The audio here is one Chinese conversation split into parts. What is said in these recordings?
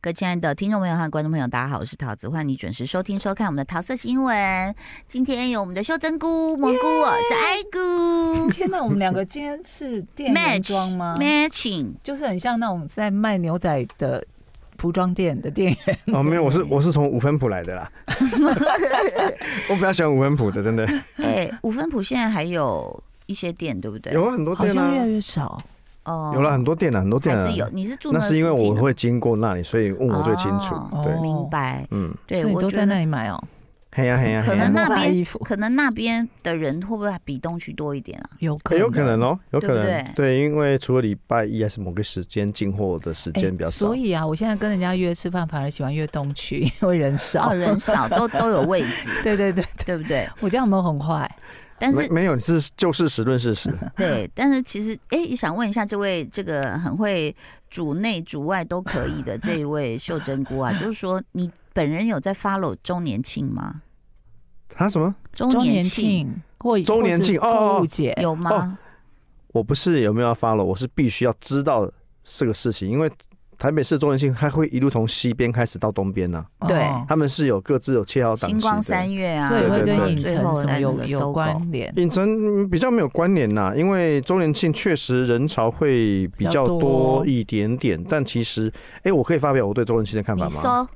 各位亲爱的听众朋友和观众朋友，大家好，我是桃子，欢迎你准时收听收看我们的桃色新闻。今天有我们的秀珍菇、蘑菇，我是爱 菇天哪，我们两个今天是店员，match 装吗？ matching，就是很像那种在卖牛仔的服装店的店员。 哦，没有，我是我是从五分埔来 的啦。 我比较喜欢五分埔的，真的哎，五分埔现在还有一些店，对不对？有啊，很多好店像越来啊，越少，哦有了很多店啊，很多还店啊。是有，你是住那是因为附近我的会经过那里，所以问我最清楚。哦对，明白，嗯，对所以你我都觉在得那里买哦。嘿呀嘿呀可嘿能呀，那我买边衣服可能那边的人会不会比东区多一点啊？有可欸有可能哦，有可对不对能。对，因为除了礼拜一还是某个时间进货的时哎间比较少所。以啊，我现在跟人家约吃饭，反而喜欢约东区， 因为人少。啊哦，人少都都有位 置，对对对，对不对？我这样有没有很坏？但是没没有，是就事实 论事实。对，但是其实，哎、想问一下这位这个很会主内主外都可以的这一位秀珍姑啊，就是说你本人有在 follow 周年庆吗？他啊什么？周周年年庆庆或周年庆或是购哦物哦节有吗？我不是有没有要 follow，我是必须要知道这个事情，因为台北市周年庆它会一路从西边开始到东边啊呢、哦对他们是有各自有切好档期星的。光三月啊，所以会对跟对影最城后什么在那有个有收购关联。影城比较没有关联呐，因为周年庆确实人潮会比较多一点点，但其实，哎、我可以发表我对周年庆的看法你吗？说，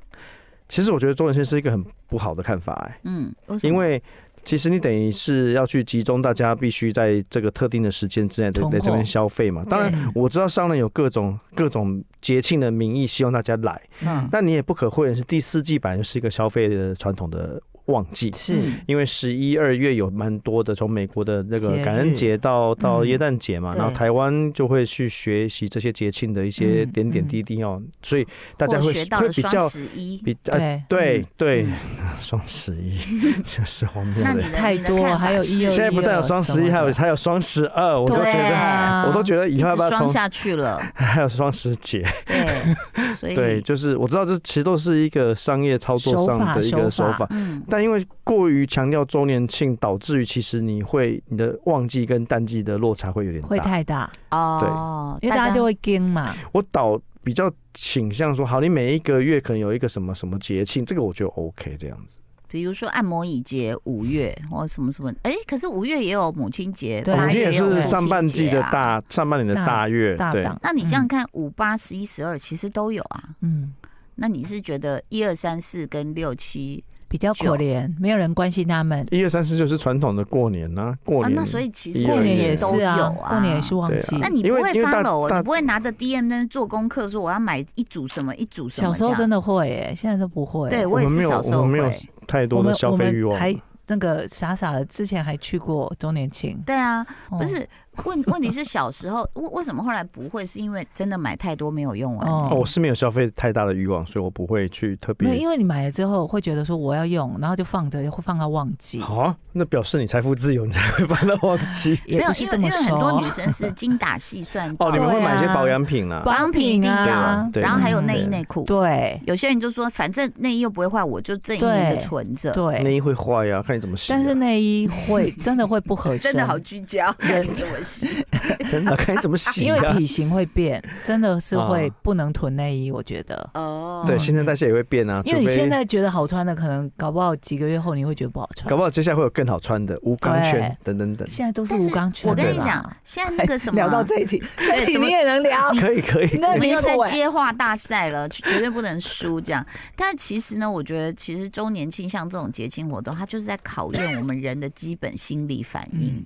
其实我觉得周年庆是一个很不好的看法、哎，嗯，什么因为其实你等于是要去集中大家必须在这个特定的时间之内在囤货在这边消费嘛。当然，对我知道商人有各种各种节庆的名义希望大家来，嗯但你也不可讳言是第四季版就是一个消费的传统的旺季。是嗯因为十一二月有蛮多的，从美国的那个节日感恩节到到嗯耶诞节嘛，对然后台湾就会去学习这些节庆的一些嗯点点嗯滴滴哦，所以大家或会学到会了比双较十一，比较对哎对嗯对嗯，双十一 真是荒谬那的你。的太你的多看了法还有是一二现在不但有双十一，还有还有双十二，我都觉对得啊我都觉得一以直后要不要双从下去了， 还有双十节？ 对，所以对，就是我知道这其实都是一个商业操作手上法的一个手手法法，嗯，但因为过于强调周年庆，导致于其实你会你的旺季跟淡季的落差会有点会大。太大，哦，因为大家就会惊嘛。我导比较倾向说，好，你每一个月可能有一个什么什么节庆，这个我觉得 OK 这样子。比如说按摩椅节五月或什么什么，哎、可是五月也有母亲节，对我八们今月天也也有母是亲上半季的节啊大上半年的大月，大对，档，那你这样看，五八、十一、十二其实都有啊。嗯，嗯，那你是觉得一二三四跟六七比较可啊怜，没有人关心他们。一二三四就是传统的过年呐、过啊？年。那所以其实一过二年一也二都是有啊，啊，过年也是。旺季对。啊那你不因为会因为大 follow，哦大你不会拿着 DM 那边做功课，说我要买一组什么一组什小么时这候样。真的会耶，现在都不会。对，啊我也们没是有小时候我们没有会。太我多的们消我费们欲望。还那个傻傻的，之前还去过周年庆，对啊，哦不是 问问题是小时候为为什么后来不会？是因为真的买太多没有用完。哦哦，我是没有消费太大的欲望，所以我不会去特没有，别。因为你买了之后会觉得说我要用，然后就放着，会放到忘记，好、啊，那表示你财富自由，你才会把它忘记。没也有，不是因为这因么为很熟。多女生是精打细算哦，你们会对啊买一些保养品啦、保养品保对养啊吧，对然后还有内衣对内裤。对有些人就说，反正内衣又不会坏，我就这一年的对存着。对，内衣会坏呀、看你怎么洗啊、但是内衣会真的会不合 身，真的好聚焦，跟着我洗。 真的看你怎么洗、因啊。为体型会变，真的是会啊不能囤内衣，我觉得。哦 对，新陈代谢也会变啊。因为你除非现在觉得好穿的，可能搞不好几个月后你会觉得不好穿搞。不好接下来会有更好穿的无钢圈等等等。现在都是但是无钢圈我的啦。跟你讲，现在那个什么，啊聊到这 一题，这一怎题么你也能聊。 可以可以，那没没有有在欸接话大赛了，绝对不能输这样。但其实呢，我觉得其实周年庆像这种节庆活动，它就是在考验我们人的基本心理反应。嗯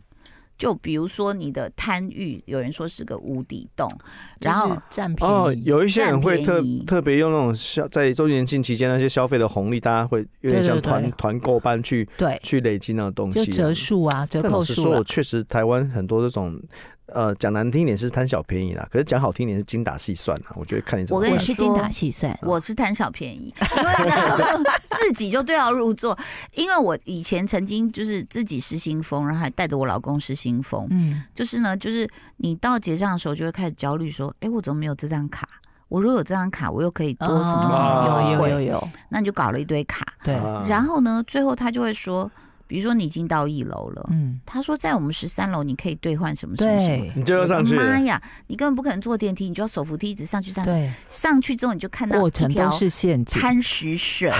就比如说你的贪欲，有人说是个无底洞，然就后是占便宜哦，有一些人会占特便宜特别用那种消在周年庆期间那些消费的红利，大家会有点像对对对团团购般去对，去累积那个东西就啊。折数啊，折但老扣实数说，啊我，确实台湾很多这种，呃，讲难听一点是贪小便宜啦，可是讲好听一点是精打细算啊。我觉得看你怎么我跟玩你我是精打细算。我是贪小便宜， 因为呢自己就对号入座。因为我以前曾经就是自己失心疯，然后还带着我老公失心疯。嗯，就是呢，就是你到结账的时候就会开始焦虑，说：“哎，我怎么没有这张卡？我如果有这张卡，我又可以多什么什么哦优有有惠？”啊有有，那你就搞了一堆卡，对，啊然后呢，最后他就会说：“比如说你已经到一楼了，嗯，他说在我们十三楼你可以兑换什么什么什么。对 你就要上去我的妈了，呀！你根本不可能坐电梯，你就要手扶梯一直上去上去。对，上去之后你就看到过一程条都是陷阱。贪食蛇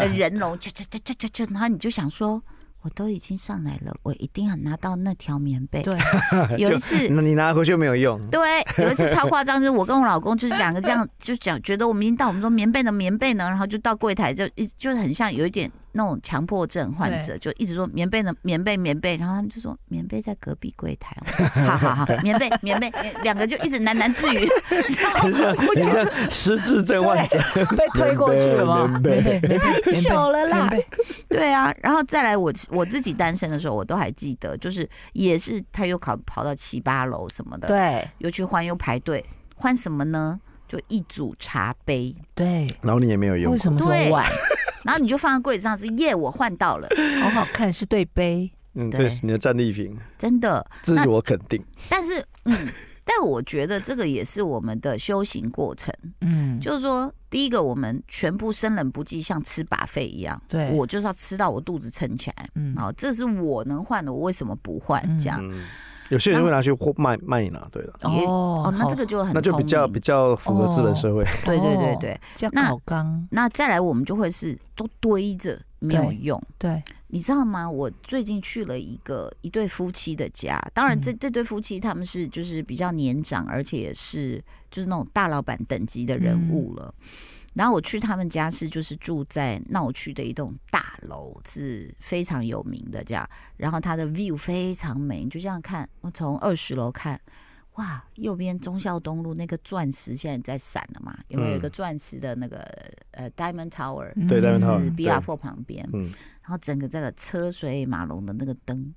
的人龙，就就就就就就，然后你就想说，我都已经上来了，我一定要拿到那条棉被。 对，有一次，那你拿回去又没有用。对，有一次超夸张，就是我跟我老公就是两个这样，就讲觉得我们已经到，我们说棉被呢，棉被呢，然后就到柜台就一就是很像有一点那种强迫症患者，就一直说棉被呢，棉被棉被，然后他们就说棉被在隔壁柜台，我说好好好，棉被棉被，棉两个就一直喃喃自语，然后很像 我很觉得像失智症患者，被推过去了吗？棉被棉 被，太太糗了啦。棉被对啊，然后再来我我自己单身的时候，我都还记得，就是也是他又考跑到七八楼什么的，，对又去换又排队，换什么呢？就一组茶杯，对，然后你也没有用为。什么这么对晚？然后你就放在柜子上，是耶，我换到了，好好看，是对杯。嗯，对对，你的战利品，真的。自我肯定。但是，嗯， 但我觉得这个也是我们的修行过程，嗯，就是说，第一个，我们全部生冷不忌，像吃把费一样，对我就是要吃到我肚子撑起来。嗯好，这是我能换的，我为什么不换？这样、嗯，有些人会拿去货卖卖拿，对了，也哦哦，那这个就很那就比较聪明比较符合资本社会。对对对哦对。叫那搞刚，那再来，我们就会是都堆着没有对用，对，你知道吗？我最近去了一个一对夫妻的家，当然这嗯这对夫妻他们是就是比较年长，而且也是就是那种大老板等级的人嗯物了。然后我去他们家是就是住在闹区的一栋大楼，是非常有名的这样。然后它的 view 非常美，你就这样看，我从二十楼看，哇，右边忠孝东路那个钻石现在在闪了嘛？有没有一嗯个钻石的那个呃 Diamond Tower？嗯对就 Diamond 是 Tower，对 B R Four 旁边，嗯，然后整个这个车水马龙的那个灯，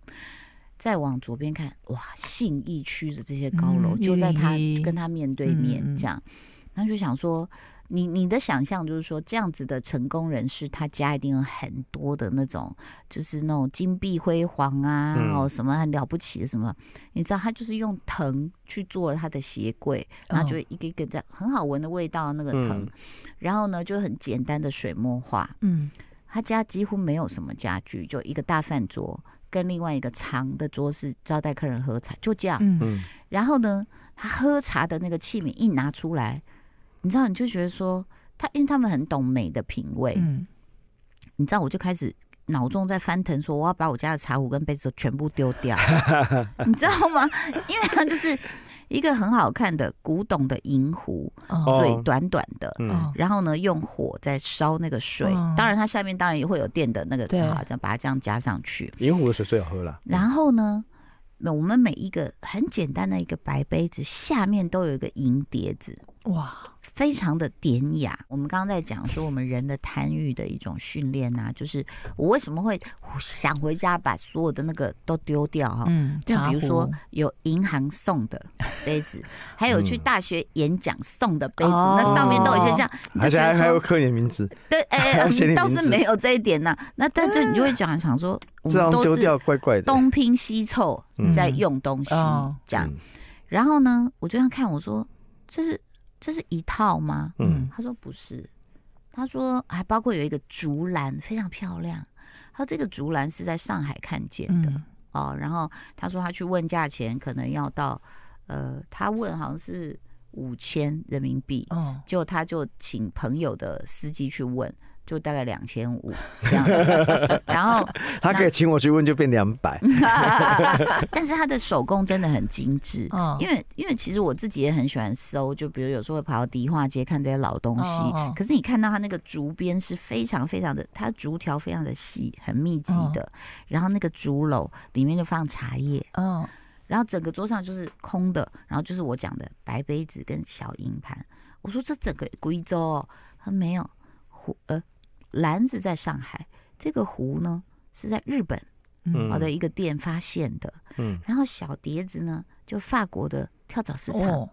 再往左边看，哇，信义区的这些高楼、嗯就在他一零一跟他面对面嗯嗯这样，然后就想说，你你的想象就是说，这样子的成功人士，他家一定有很多的那种，就是那种金碧辉煌啊，嗯哦、什么很了不起的什么，你知道，他就是用藤去做了他的鞋柜，然嗯哦后就一个一个这样很好闻的味道那个藤，嗯然后呢就很简单的水墨画，嗯，他家几乎没有什么家具，就一个大饭桌跟另外一个长的桌是招待客人喝茶，就这样。嗯，嗯，然后呢，他喝茶的那个器皿一拿出来，你知道你就觉得说他，因为他们很懂美的品味，嗯，你知道我就开始。脑中在翻腾，说我要把我家的茶壶跟杯子都全部丢 掉，你知道吗？因为它就是一个很好看的古董的银壶，哦，嘴短短的，嗯哦，然后呢，用火在烧那个水，嗯当然它下面当然也会有电的那个，啊对嗯好，这样把它这样加上去。银湖的水最好喝了。然后呢，那我们每一个很简单的一个白杯子下面都有一个银碟子，哇，非常的典雅。我们刚刚在讲说我们人的贪欲的一种训练啊，就是我为什么会想回家把所有的那个都丢掉哈、嗯，就茶比如说壶有银行送的杯子，还有去嗯大学演讲送的杯子，哦那上面都有一些像，你就而且觉还得还说有刻你的名字，对，哎、 要写你嗯倒名是字哎没有这一点呐、那但就你就会讲想说，我这们样丢都是掉怪怪的。东拼西凑嗯在用东西、哦这样。然后呢，我就这样看，我说这是这是一套吗？嗯，他说不是，他说还包括有一个竹篮，非常漂亮。他说这个竹篮是在上海看见的、嗯，哦。然后他说他去问价钱，可能要到呃，他问好像是五千人民币。哦，就他就请朋友的司机去问，就大概两千五这样子。然后， 嗯他可以请我去问，就变两百。但是他的手工真的很精致。哦，因为因为其实我自己也很喜欢搜，就比如有时候会跑到迪化街看这些老东西，哦哦可是你看到它那个竹编是非常非常的，它竹条非常的细，很密集的，然后那个竹篓里面就放茶叶，哦，然后整个桌上就是空的，然后就是我讲的白杯子跟小银盘。我说这整个贵州、哦，他没有壶，呃，篮子在上海，这个壶呢是在日本嗯好的一个店发现的，嗯，然后小碟子呢就法国的跳蚤市场。哦，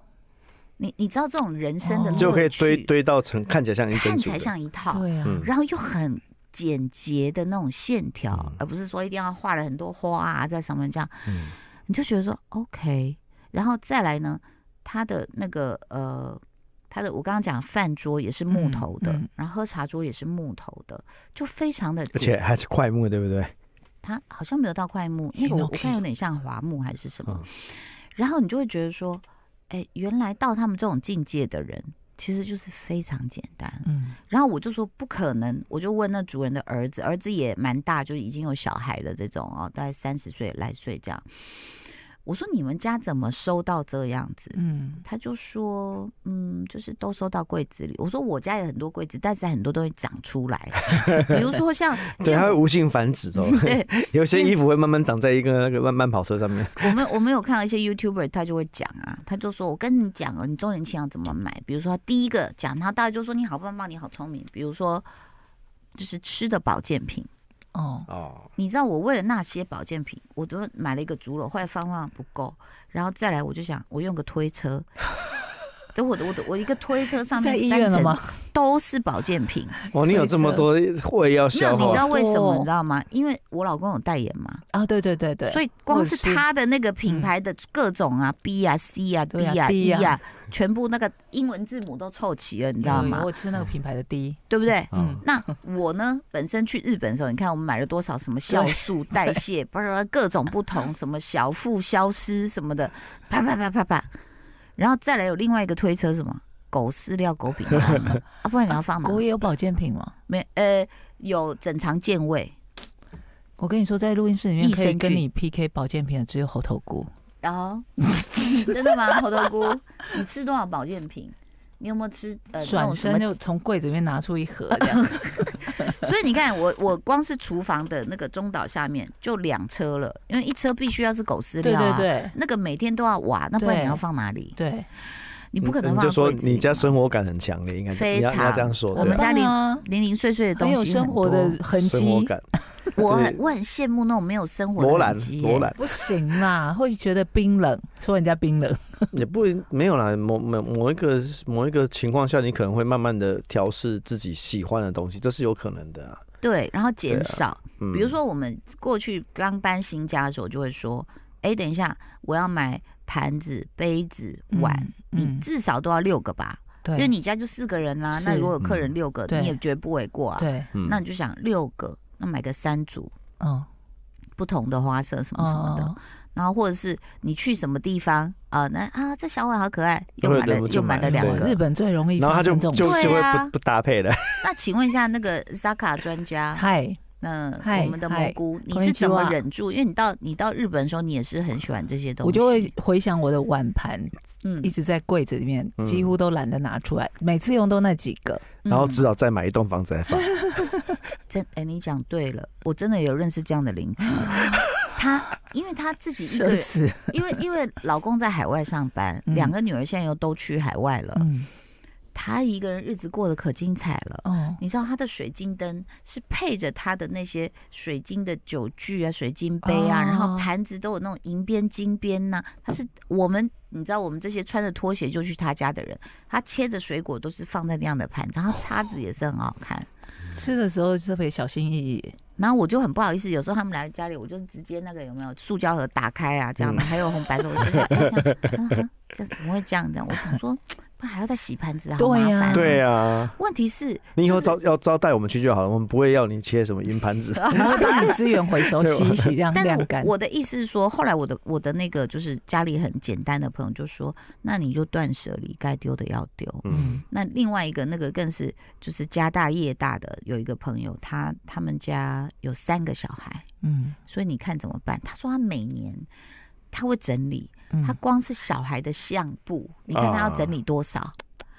你你知道这种人生的哦乐趣就可以堆堆到成看起来像一整看起组来的。像一套，对啊，嗯然后又很简洁的那种线条，嗯而不是说一定要画了很多花啊在上面这样，嗯你就觉得说 OK，然后再来呢，它的那个呃，它的我刚刚讲饭桌也是木头的，嗯嗯然后喝茶桌也是木头的，就非常的而且还是快木，对不对？它好像没有到快木，那个我我看有点像华木还是什么。然后你就会觉得说，哎，原来到他们这种境界的人，其实就是非常简单。嗯，然后我就说不可能，我就问那主人的儿子，儿子也蛮大，就已经有小孩的这种哦，大概三十岁来岁这样。我说你们家怎么收到这样子？嗯，他就说，嗯，就是都收到柜子里。我说我家有很多柜子，但是很多东西长出来，比如说像对，它会无性繁殖哦。嗯对， 有些衣服会慢慢长在一个那个慢慢跑车上面。我们我们有看到一些 YouTuber，他就会讲啊，他就说我跟你讲哦，你周年庆要怎么买？比如说第一个讲他，大家就说你好棒棒，你好聪明。比如说就是吃的保健品，哦，哦，你知道我为了那些保健品，我都买了一个竹篓，后来放放不够，然后再来我就想我用个推车， 等我的我的我一个推车上在面医三院了层吗？都是保健品，哦，你有这么多货要没有消你知化，道为什多么哦你知道吗？因为我老公有代言嘛，啊，对对对对，所以以光或者是是他的那个品牌的各种啊 B 啊 C 啊 D 对啊啊 D E 啊啊，全部那个英文字母都凑齐了，你知道吗我？吃那个品牌的 D，对不对？嗯，那我呢，本身去日本的时候，你看我们买了多少什么酵素代谢，不是各种不同什么小腹消失什么的，啪啪啪啪啪，然后再来有另外一个推车什么狗饲料、狗 饼干，啊，不然你要放哪？国也有保健品吗？没呃，有整肠健胃，我跟你说，在录音室里面益可以生跟菌你 PK 保健品的只有猴头菇。然哦后 真的吗？猴头菇，你吃多少保健品？你有没有吃呃那转种什身么？呃就从柜子里面拿出一盒，这样所以你看，我我光是厨房的那个中岛下面就两车了，因为一车必须要是狗饲对料啊，对对那个每天都要挖，那不然对你要放哪里？对，你不可能嗯你放就说柜子里你家嘛生活感很强烈，应该是非你要你要这常样说，我对们啊家里当然啊零零碎碎的很东西有生活多的痕生活迹，感，我对很我很羡慕那种没有生活罗的兰痕迹耶罗兰不行啦， 会觉得冰冷，说人家冰冷，也不没有啦，某某某一个某一个情况下，你可能会慢慢的调试自己喜欢的东西，这是有可能的啊。对，然后减对啊少。嗯，比如说我们过去刚搬新家的时候，就会说：“哎、等一下，我要买盘子、杯子、碗，嗯你至少都要六个吧？对，因为你家就四个人啦、是嗯那如果有客人六个，对你也觉得不为过啊。对，嗯，那你就想六个，那买个三组嗯，不同的花色什么什么的，哦，然后或者是你去什么地方啊、那啊这小碗好可爱，又买对了对又买了就买两对哦日个。本最容易然后发他就生这就种就事，对会啊不不搭配了。那请问一下那个 Zaka 专家，嗨，那嗨我们的嗨蘑菇，你こん是にち怎么は忍住？因为你到你到日本的时候，你也是很喜欢这些东西，我就会回想我的碗盘嗯一直在柜子里面，嗯几乎都懒得拿出来，每次用都那几个，然后嗯只好再买一栋房子来放。真哎、你讲对了，我真的有认识这样的邻 居，他因为他自己一奢个人，侈，因为因为老公在海外上班，嗯两个女儿现在又都去海外了，嗯，他一个人日子过得可精彩了。哦，你知道他的水晶灯是配着他的那些水晶的酒具啊、水晶杯啊，哦然后盘子都有那种银边、金边呐、他是我们，你知道我们这些穿着拖鞋就去他家的人，他切着水果都是放在那样的盘子，然后叉子也是很好看。吃的时候特别小心翼翼，然后我就很不好意思，有时候他们来家里，我就直接那个有没有塑胶盒打开啊，这样的，嗯还有红白手，我就想，哎这样嗯这怎么会这样的？我想说，不然还要再洗盘子，好麻对呀烦、对、啊，问题是， 你以就后是招要招待我们去就好了，我们不会要你切什么 银盘子。然后帮你资源回收，对洗一洗，这样但晾是干我。我的意思是说，后来我的我的那个就是家里很简单的朋友就说，那你就断舍离，该丢的要丢。嗯，那另外一个那个更是就是家大业大的有一个朋友，他他们家有三个小孩，嗯所以你看怎么办？他说他每年他会整理，嗯他光是小孩的相簿，你看他要整理多少？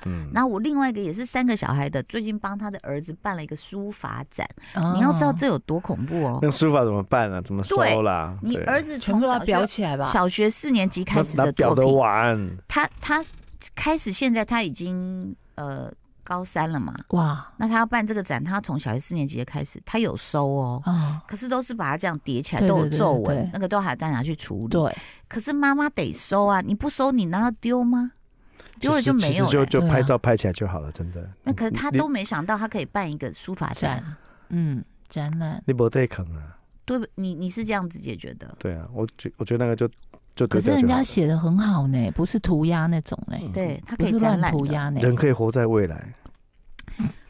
嗯然后我另外一个也是三个小孩的，最近帮他的儿子办了一个书法展，哦你要知道这有多恐怖哦！那书法怎么办啊？怎么收对啦？你对儿子全从部要小裱学起来吧。小学四年级开始那的那表作的品，碗，他他开始现在他已经呃高三了嘛，哇那他要办这个展，他从小学四年级就开始，他有收哦。啊，可是都是把它这样叠起来，对都有对对皱对纹对，那个都还再拿去处理。对，可是妈妈得收啊，你不收你难道丢吗？丢了就其实没有其实了。就就对啊拍照拍起来就好了，真的。那可是他你都没想到，他可以办一个书法展，展，嗯，展览。你不对坑啊？对不？你你是这样子解决的，对啊，我觉我觉得那个就就可丢是掉人就好家了写的很好呢，不是涂鸦那种嘞，对他嗯不可以是展乱览涂的。鸦呢。人可以活在未来，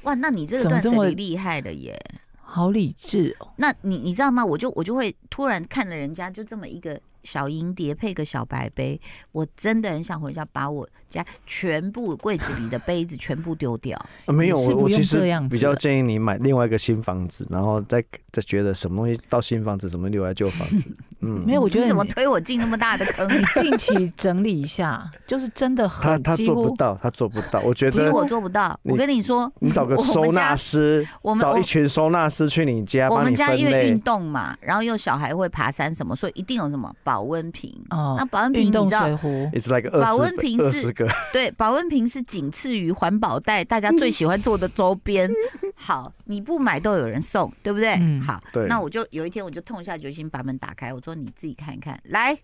哇，那你这个怎么断这舍么离厉害了耶！好理智哦，那你你知道吗？我就我就会突然看了人家就这么一个小银碟配个小白杯，我真的很想回家把我家全部柜子里的杯子全部丢 掉。啊没有，你是我不我用其这实样子比较的建议你买另外一个新房子，然后再再觉得什么东西到新房子，什么留在旧房子。嗯，没有，我觉你得怎么你推我进那么大的 坑里？你定期整理一下， 就是真的他很他几做不乎到，他做不到。我觉其实 得我做不到。你我跟你说，你找个我们收纳家师，我们找我一群收纳师去你家我帮们你家分因为类运。动嘛，然后又小孩会爬山什么，所以一定有什么保温瓶。哦那保温瓶运你动知道水，壶， It's like 二保十温瓶二是 十个，对，保温瓶是仅次于环保袋，大家最喜欢做的周 边。好，你不买都有人送，对不对？嗯好，对那我就有一天我就痛下决心把门打开，我说你自己看一看，来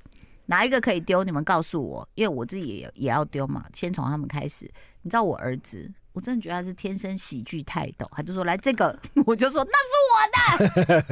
哪一个可以丢，你们告诉我，因为我自己也也要丢嘛，先从他们开始。你知道我儿子，我真的觉得他是天生喜剧泰斗，他就说来这个， 我就说那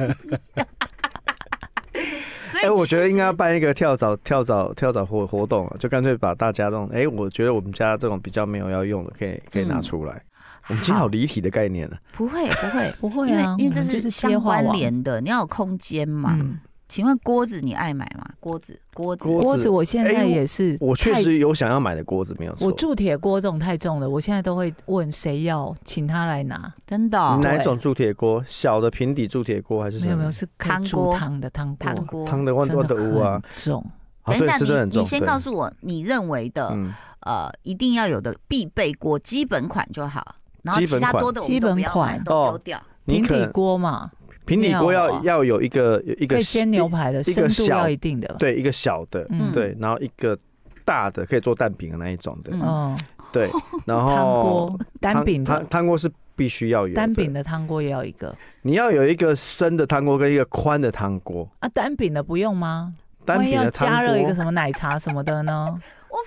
是我的。所以 哎，我觉得其应该实要办一个跳蚤跳蚤跳蚤活活动啊，就干脆把大家这种，哎，我觉得我们家这种比较没有要用的，可以可以拿嗯出来。我们今天好离体的概念呢。不会不会，不会因为啊，因为我们这就是相切换关网。联的，你要有空间嘛。嗯，请问锅子你爱买吗？锅子锅子锅锅子子我现哎在我也是，我确实有想要买的锅子，没有错。我铸铁锅这种太重了，我现在都会问谁要，请他来拿。真的哦、哪一种铸铁锅？小的平底铸铁锅还是什没么？有没有，是可以汤煮锅汤的汤锅，汤锅。汤的万真万的屋啊很，重。啊等一对下，是真的很你重。你先对告诉我你认为的、嗯，呃一定要有的必备锅基本款就好，然后基其本他款多的我们基都不本要买，都款丢哦掉。你平可底能锅嘛，平底锅料要啊要有一个有一个可以煎牛排的，一个深度小要一定的。，对一个小的，嗯对，然后一个大的可以做蛋饼的那一种的，嗯嗯，对，然汤后锅单饼哦汤的，汤锅是必须要有单饼的，的汤锅也要一个你要有一个深的汤锅跟一个宽的汤锅，啊，单饼的不用吗？单万一饼要的加汤热一个锅什么奶茶什么的呢？我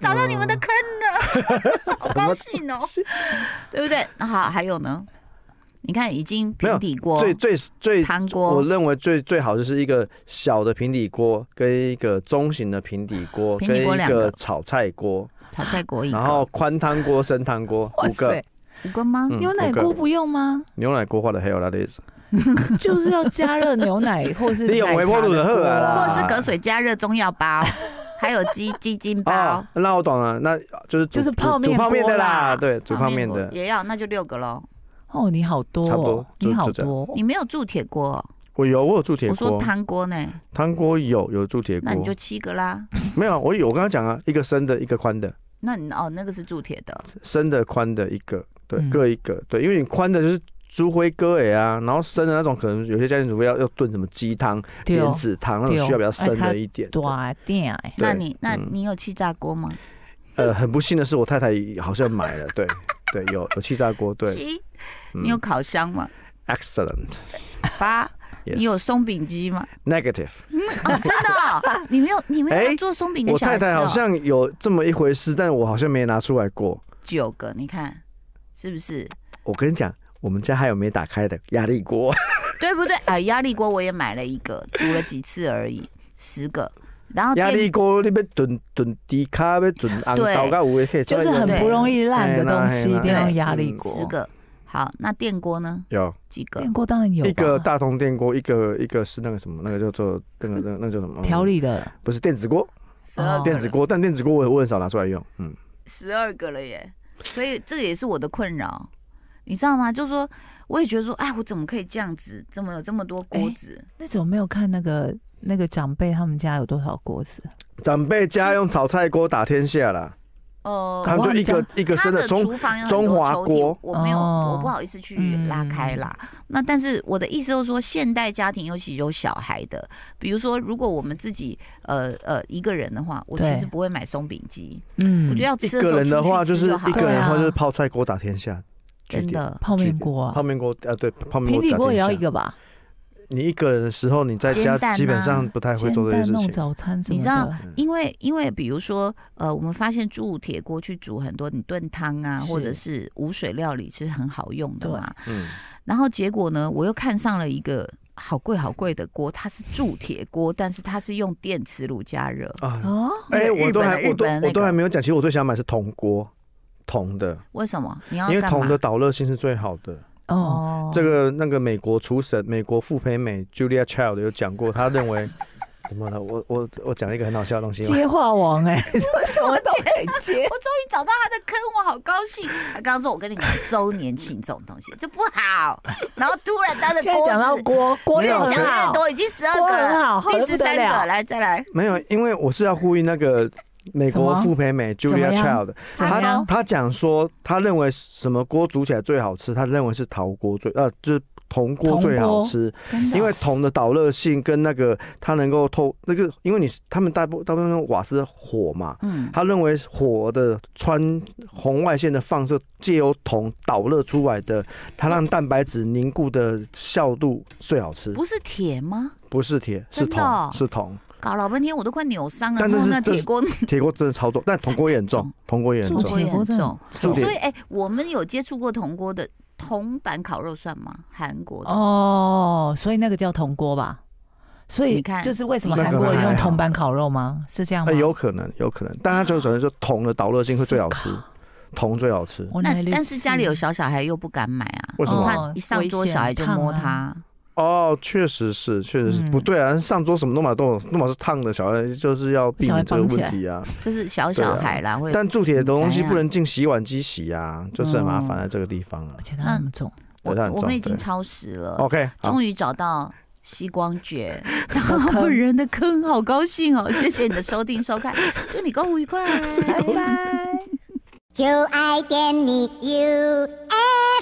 找哦到你们的坑了，好高兴哦，对不对？那好，还有呢？你看，已经没有平底锅、最最最汤我锅、认为最最好就是一个小的平底锅，跟一个中型的平底锅，平底跟锅一两个炒菜锅，炒菜锅一然后个，宽汤锅、深汤锅哇五个塞，，五个吗？嗯牛奶五个锅不用吗？牛奶锅或者还有那类似，就是要加热牛奶或是 奶你用微波茶炉啊就的好锅了或啦者是隔水加热中药 包，还有鸡鸡精包哦，。那我懂了，那就是煮就是泡面煮泡面的锅啦，啦对，煮泡面的锅，也要，那就六个喽。哦，你好多、哦，差不多就你好就这样多哦，你没有铸铁锅哦，我有我有铸铁我说锅，汤锅呢，汤锅有有铸铁锅那你，就七个啦。没有我有我刚刚讲啊，一个深的，一个宽的，那你哦，那个是铸铁的，深的宽的一个，对，嗯各一个，对，因为你宽的就是。猪灰哥哎啊，然后深的那种，可能有些家庭主妇要要炖什么鸡汤、对莲哦，子汤那种对哦需要比较深哎它的一点。大点哎，对那你那嗯你有气炸锅吗？呃，很不幸的是，我太太好像买了，对 对，有有气炸锅，对，七，嗯你有烤箱吗？ excellent，八， Yes 你有松饼机 吗？ negative。嗯，哦，真的哦，你没有你没哎有做松饼给我小太孩吃太好哦。像有这么一回事，但我好像没拿出来过。九个，你看是不是？我跟你讲，我们家还有没打开的压力锅，对不对？啊，压力锅我也买了一个，煮了几次而已，十个。啊然后压电力锅你要炖炖猪卡，要炖红豆，对噶有的可以就是对很对不容易烂的东西，嘿啦一定要嘿啦压力嗯十锅。个，好，那电锅呢？有几个？电锅当然有吧一个大通电锅，一个一个是那个什么，那个叫做那个那个那个叫什么？调理的，不是电子锅，十二哦个电子了，锅，但电子锅我我很少拿出来用。嗯，十二个了耶！所以这个也是我的困扰，你知道吗？就是说，我也觉得说，哎，我怎么可以这样子？怎么有这么多哎锅子？那怎么没有看那个那个长辈他们家有多少锅子？长辈家用炒菜锅打天下啦。哦，他们就一我个忘一个他生的的中厨房有很中多华抽屉锅我没有，哦我不好意思去拉开啦。那但是我的意思就是说，现代家庭尤其有小孩的，比如说如果我们自己呃呃一个人的话，我其对实不会买松饼机，我嗯觉得，要一吃的时个候人的话出去是吃就好一个了人的话对啊就是泡菜锅打天下，据真点的。泡面锅啊泡，面锅啊，对，泡面平底打锅天也要下一。个吧？你一个人的时候，你在煎蛋家啊基本上不太会煎做这些蛋事弄情。早餐什你么知道的，因为因为比如说，呃，我们发现铸铁锅去煮很多你炖汤啊，是或者是无水料理是很好用的嘛。嗯，然后结果呢，我又看上了一个好贵好贵的锅，它是铸铁锅，但是它是用电磁炉加热。啊，哦，哎，那个我都日本的还我日都本的那我都个还没有讲，其实我最想买是铜锅，铜的，为什么？你要因为干铜嘛的？导热性是最好的。哦，哦，这个那个美国厨神，美国傅培美 Julia Child 有讲过，他 认为怎么了？我我我讲了一个很好笑的东西吗？接话王 哎，什么都可以我接，终于找到他的坑，我好高兴。他刚刚说我跟你讲周年庆这种东西就不好，然后突然他的 现在锅讲到子锅锅没又有越很讲越好，多，已经十二锅个很好了，好第得十不得三了个，来再来，没有，因为我是要呼吁那个美什国么傅培美么 Julia 样 Child，怎他么说样？他讲说他认为什么锅煮起来最好吃，他认为是陶锅最呃就是铜锅铜最好锅吃，真的因为铜的导热性跟那个它能够透那个，因为你他们大部大部分用瓦斯火嘛，嗯，他认为火的穿红外线的放射，借由铜导热出来的，它让蛋白质凝固的效度最好吃，不是铁吗？不是铁，是真的哦铜，是铜。搞老半天我都快扭伤了，但这碰是那这铁是锅铁锅真的超重，但铜锅也很重重，铜锅也很铜重锅。也很重，重所点以哎、我们有接触过铜锅的铜板烤肉算吗？韩国的、哦，所以那个叫铜锅吧？所以你看就是为什么那个韩国还人用好铜板烤肉吗？是这样吗？那哎有可能，有可能，但他啊就可能说铜的导热性会最好吃，铜最好吃。我哪那里但是家里有小小孩又不敢买啊，为什么怕一上桌哦危险小孩就摸烫它啊，哦，确实是，确实是、嗯不对啊！上桌什么弄嘛都有弄嘛是烫的，小孩就是要避免这个问题啊。就是小小孩啦，会但铸铁的东西怎样不能进洗碗机洗啊，就是很麻烦在这个地方啊而。且它很重，嗯我对它很我重们已经对超时了， OK，好，终于找到。吸光 诀，大部人的坑，好高兴哦！谢谢你的收听收看，祝你购物愉 快，拜拜。就爱点你 UFO。